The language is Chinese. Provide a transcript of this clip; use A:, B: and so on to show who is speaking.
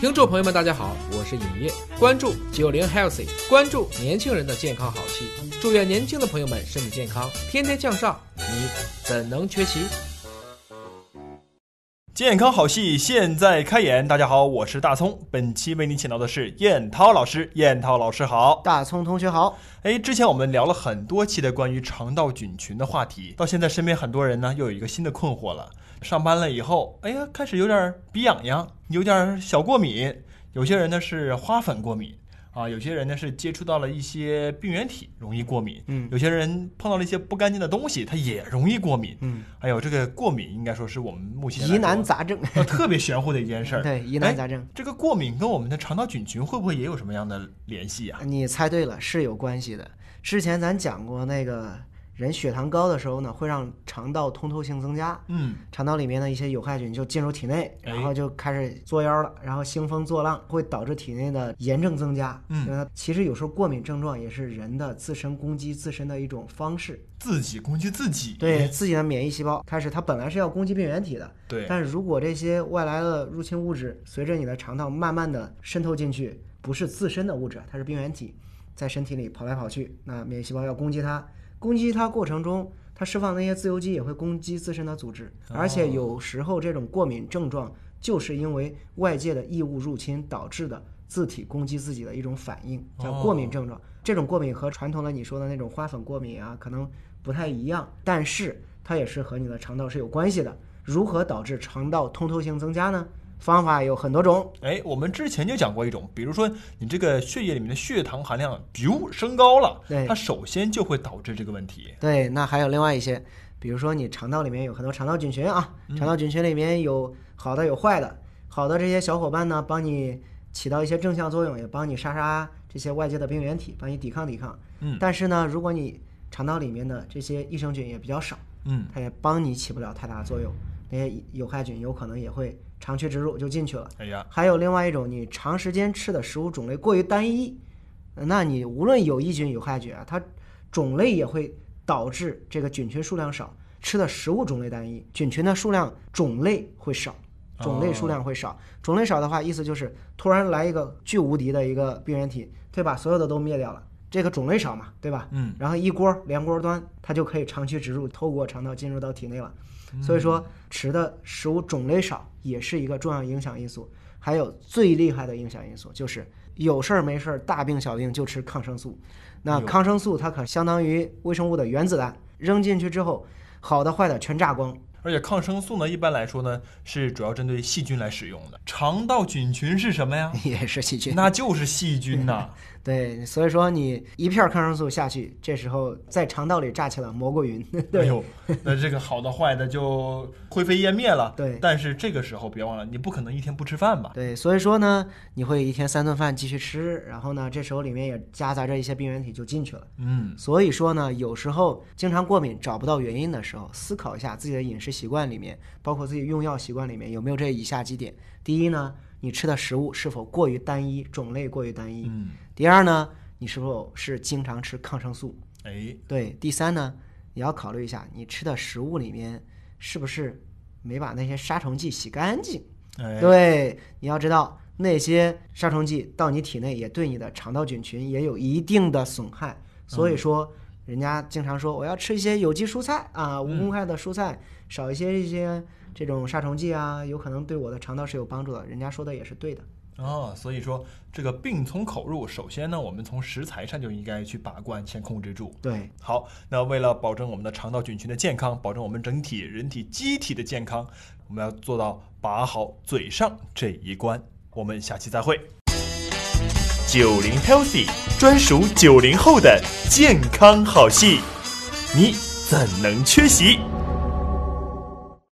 A: 听众朋友们，大家好，我是尹烨，关注九零 healthy，关注年轻人的健康好戏，祝愿年轻的朋友们身体健康，天天向上，你怎能缺席？
B: 健康好戏现在开演，大家好，我是大葱。本期为你请到的是燕涛老师，燕涛老师好。
C: 大葱同学好，
B: 哎，之前我们聊了很多期的关于肠道菌群的话题，到现在身边很多人呢又有一个新的困惑了：上班了以后，哎呀，开始有点鼻痒痒，有点小过敏，有些人呢是花粉过敏。啊，有些人呢是接触到了一些病原体，容易过敏；
C: 嗯
B: 有些人碰到了一些不干净的东西，他也容易过敏。
C: 嗯，
B: 还有这个过敏，应该说是我们目前来
C: 疑难
B: 说
C: 杂症，
B: 呃特别玄乎的一件事儿。
C: 对，疑难杂症，
B: 这个过敏跟我们的肠道菌群会不会也有什么样的联系啊呀、
C: 你猜对了，是有关系的。之前咱讲过那个人血糖高的时候呢，会让肠道通透性增加，
B: 嗯，
C: 肠道里面的一些有害菌就进入体内，
B: 哎
C: 然后就开始作妖了，然后兴风作浪，会导致体内的炎症增加。
B: 嗯
C: 因为它其实有时候过敏症状也是人的自身攻击自身的一种方式，
B: 自己攻击自己。
C: 对自己的免疫细胞开始它本来是要攻击病原体的，
B: 对
C: 但是如果这些外来的入侵物质随着你的肠道慢慢的渗透进去，不是自身的物质，它是病原体，在身体里跑来跑去，那免疫细胞要攻击它，攻击它过程中，它释放那些自由基也会攻击自身的组织，而且有时候这种过敏症状就是因为外界的异物入侵导致的。自体攻击自己的一种反应叫过敏症状，这种过敏和传统的你说的那种花粉过敏啊，可能不太一样，但是它也是和你的肠道是有关系的。如何导致肠道通透性增加呢？方法有很多种，
B: 哎，我们之前就讲过一种，比如说你这个血液里面的血糖含量，biu 升高了，
C: 对
B: 它首先就会导致这个问题。
C: 对，那还有另外一些，比如说你肠道里面有很多肠道菌群啊，肠道菌群里面有好的有坏的，好的这些小伙伴呢，帮你起到一些正向作用，也帮你杀杀这些外界的病原体，帮你抵抗抵抗。
B: 嗯
C: 但是呢，如果你肠道里面的这些益生菌也比较少，
B: 嗯，
C: 它也帮你起不了太大作用，那些有害菌有可能也会长驱直入就进去了。
B: 哎呀，
C: 还有另外一种，你长时间吃的食物种类过于单一，呃那你无论有益菌有害菌啊，它种类也会导致这个菌群数量少。吃的食物种类单一，菌群的数量种类会少，
B: 哦
C: 种类数量会少。种类少的话，意思就是突然来一个巨无敌的一个病原体，对吧？所有的都灭掉了，这个种类少嘛，对吧？
B: 嗯，
C: 然后一锅连锅端，它就可以长驱直入，透过肠道进入到体内了。
B: 嗯
C: 所以说，吃的食物种类少也是一个重要影响因素。还有最厉害的影响因素就是有事儿没事儿，大病小病就吃抗生素。那抗生素它可相当于微生物的原子弹，扔进去之后，好的坏的全炸光。
B: 而且抗生素呢，一般来说呢是主要针对细菌来使用的。肠道菌群是什么呀？
C: 也是 细菌，
B: 那就是细菌呐、
C: 对，所以说你一片抗生素下去，这时候在肠道里炸起了蘑菇云，
B: 哎呦，那这个好的坏的就灰飞烟灭了。
C: 对
B: 但是这个时候别忘了，你不可能一天不吃饭吧？
C: 对，所以说呢，你会一天三顿饭继续吃，然后呢，这时候里面也夹杂着一些病原体就进去了。
B: 嗯，
C: 所以说呢，有时候经常过敏找不到原因的时候，思考一下自己的饮食习惯里面，包括自己用药习惯里面有没有这以下几点：第一呢，你吃的食物是否过于单一，种类过于单一；
B: 嗯，
C: 第二呢，你是否是经常吃抗生素；
B: 哎，
C: 对，第三呢，也要考虑一下你吃的食物里面是不是没把那些杀虫剂洗干净。
B: 哎，
C: 对，你要知道那些杀虫剂到你体内也对你的肠道菌群也有一定的损害，所以说。人家经常说我要吃一些有机蔬菜啊，无公害的蔬菜，少一些一些这种杀虫剂啊，有可能对我的肠道是有帮助的。人家说的也是对的。
B: 啊、所以说这个病从口入，首先呢，我们从食材上就应该去把关，先控制住。
C: 对，
B: 好，那为了保证我们的肠道菌群的健康，保证我们整体人体机体的健康，我们要做到把好嘴上这一关。我们下期再会。九零 healthy 专属九零后的健康好戏，你怎能缺席？